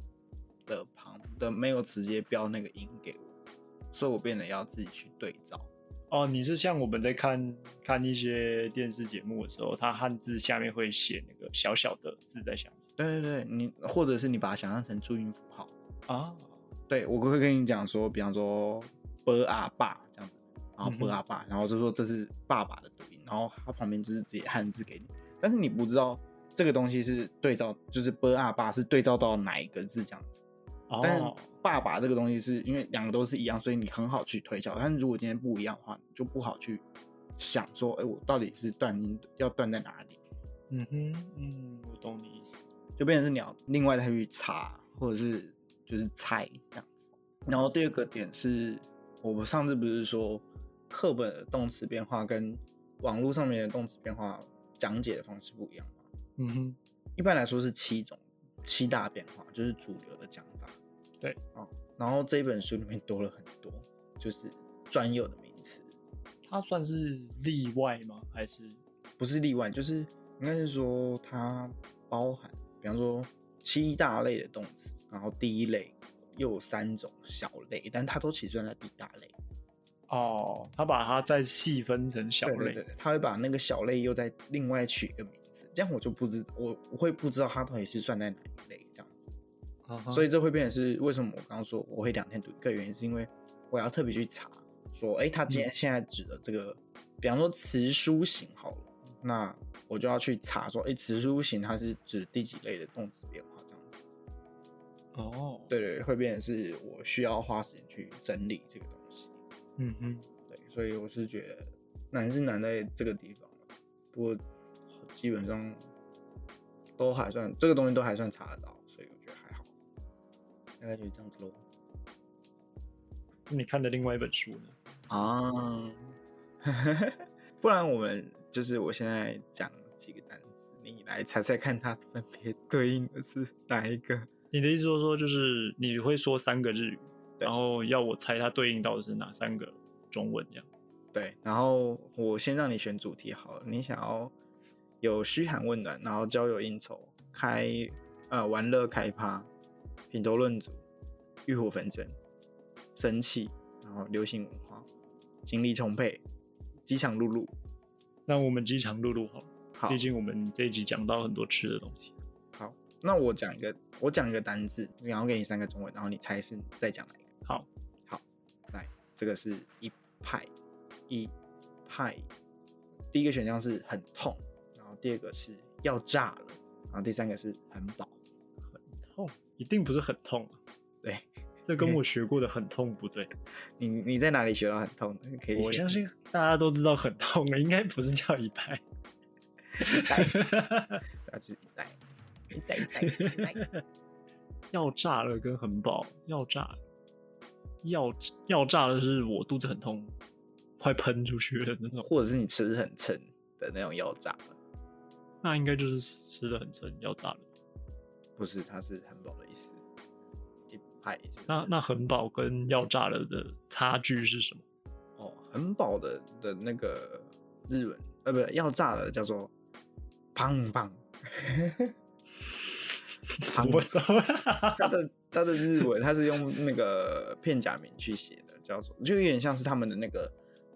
的旁的没有直接标那个音给我，所以我变得要自己去对照。
哦，你是像我们在看看一些电视节目的时候，它汉字下面会写那个小小的字在下面
对对对，你或者是你把它想象成注音符号。
啊。
对，我会跟你讲说，比方说“波阿爸”这样子，然后
嗯哼
“波阿爸”，然后就说这是爸爸的读音，然后它旁边就是直接汉字给你，但是你不知道这个东西是对照，就是“波阿爸”是对照到哪一个字这样子。但是
哦，
爸爸这个东西是因为两个都是一样，所以你很好去推敲。但是如果今天不一样的话，你就不好去想说，哎，我到底是断音要断在哪里，
嗯哼，嗯，我懂你意思。
就变成是你要另外再去查，或者是就是猜这样子。然后第二个点是，我们上次不是说课本的动词变化跟网络上面的动词变化讲解的方式不一样吗？
嗯哼，
一般来说是七种七大变化，就是主流的讲法。
对，
哦，然后这一本书里面多了很多，就是专有的名词，
它算是例外吗？还是
不是例外，就是应该是说它包含，比方说七大类的动词，然后第一类又有三种小类，但它都起算在第一大类。
哦，它把它再细分成小类？
对对对对，它会把那个小类又再另外取一个名字，这样我就不知我我会不知道它到底是算在哪一类这样子。
啊哈
所以这会变成是为什么我刚刚说我会两天读一个原因，是因为我要特别去查，说，哎、他今天现在指的这个，比方说词书型好了，那我就要去查说，哎、词书型它是指第几类的动词变化这样子。
哦，，
对对，对会变成是我需要花时间去整理这个东西。
嗯哼，
对，所以我是觉得难是难在这个地方，啊不过基本上都还算这个东西都还算查得到，所以我觉得还好，大概就是这样子喽。
那你看的另外一本书呢？
啊， *laughs* 不然我们就是我现在讲几个单词，你来猜猜看，它分别对应的是哪一个？
你的意思说说就是你会说三个日语，
对
然后要我猜它对应到的是哪三个中文这样。
对，然后我先让你选主题好了，你想要有嘘寒问暖，然后交友应酬，开呃玩乐开趴，品头论足，欲火焚身，生气，然后流行文化，精力充沛，机场露露，
那我们机场录录好了，
好
毕竟我们这一集讲到很多吃的东西。
好，那我讲一个，我讲一个单字，然后给你三个中文，然后你猜是再讲哪一个。
好，
来，这个是一派，一派。第一个选项是很痛，然后第二个是要炸了，然后第三个是很饱。
痛哦一定不是很痛、啊，
对
这跟我学过的很痛不对。
你，你在哪里学到很痛的？可以选，
我相信大家都知道很痛的，应该不是叫一拍。
啊，就是一代，一代一代一代。
*laughs* *laughs* 要炸了跟很饱，要炸了，要要炸的是我肚子很痛，快喷出去了那种。
或者是你吃很撑的那种要炸了，
那应该就是吃的很撑，要炸了。
不是，它是很饱的意思。一派就是
那那很饱跟要炸了的差距是什么？ *laughs*
哦，很饱的的那个日文，呃，不是要炸的叫做胖胖，
什么都
它的它的日文它是用那个片假名去写的，叫做就有点像是他们的那个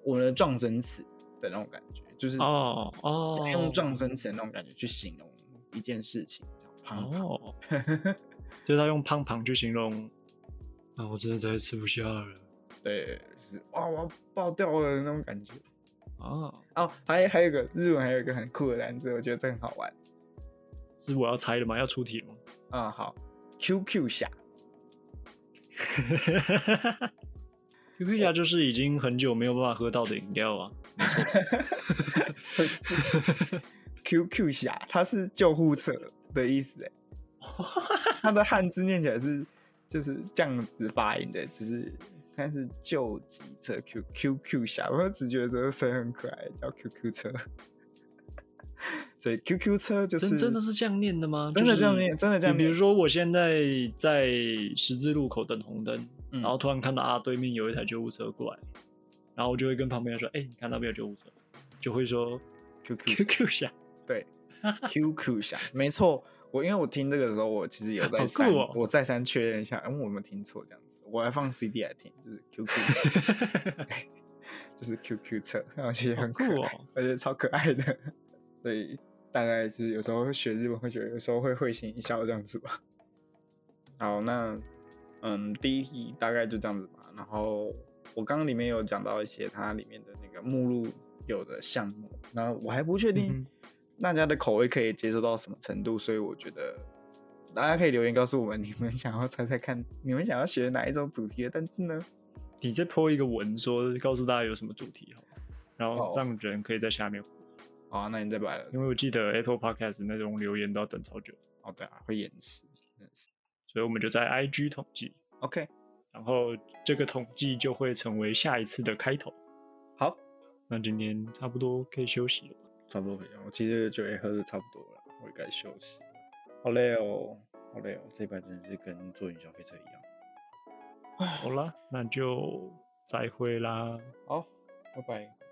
我们的撞声词的那种感觉，就是
*laughs* 哦哦，
用撞声词的那种感觉去形容一件事情，叫胖胖。
哦，就是他用胖胖去形容。那、
啊
我真的再也吃不下了
*laughs* 对，就是哇，我要爆掉了那种感觉。
啊！
哦，还还有一个日文，还有一个很酷的单词，我觉得这很好玩。
是我要猜的吗？要出题了吗？
嗯，好，QQ 侠，
QQ 侠就是已经很久没有办法喝到的饮料啊。
不是 *laughs* QQ 侠，它是救护车的意思
*laughs*
哎。它的汉字念起来是就是这样子发音的，就是它是救急车 Q QQ 侠，我只觉得这个声很可爱，叫 QQ 车。所以 QQ 车就是
真真的是这样念的吗？
真的
就是
这样念真的这样
你
念
比如说，我现在在十字路口等红灯，
嗯
然后突然看到啊，对面有一台救护车过来，然后我就会跟旁边人说：“哎、你看那边有救护车。”就会说 *laughs*
QQ
“QQ 侠，
对 QQ 侠，没错。我因为我听这个的时候，我其实有
好
再
酷
三、
哦
我再三确认一下，嗯，我有没有听错这样子？我还放 CD 来听，就是 QQ 侠。
*laughs*
*laughs* 就是 QQ 车，然后其实 *laughs* 很
好
可
酷
爱，
哦
而且超可爱的， *laughs* 所以大概就是有时候会学日文，会觉得有时候会会心一笑这样子吧。好，那嗯，第一题大概就这样子吧。然后我刚刚里面有讲到一些它里面的那个目录有的项目，那我还不确定
嗯
大家的口味可以接受到什么程度，所以我觉得大家可以留言告诉我们，你们想要猜猜看，你们想要学哪一种主题的单字呢？
你再 po 一个文说，告诉大家有什么主题好了，然
好
后让人可以在下面，
好、啊，那你再摆了。
因为我记得 Apple Podcast 那种留言都要等超久，
哦，对啊，会延迟，真的是。
所以我们就在 IG 统计，
OK，
然后这个统计就会成为下一次的开头。
好，
那今天差不多可以休息了吧。
差不多可以了。我其实酒也喝的差不多了，我也该休息了。好累哦，好累哦，这一班真的是跟坐云霄飞车一样。
好啦，那就再会啦。
好，拜拜。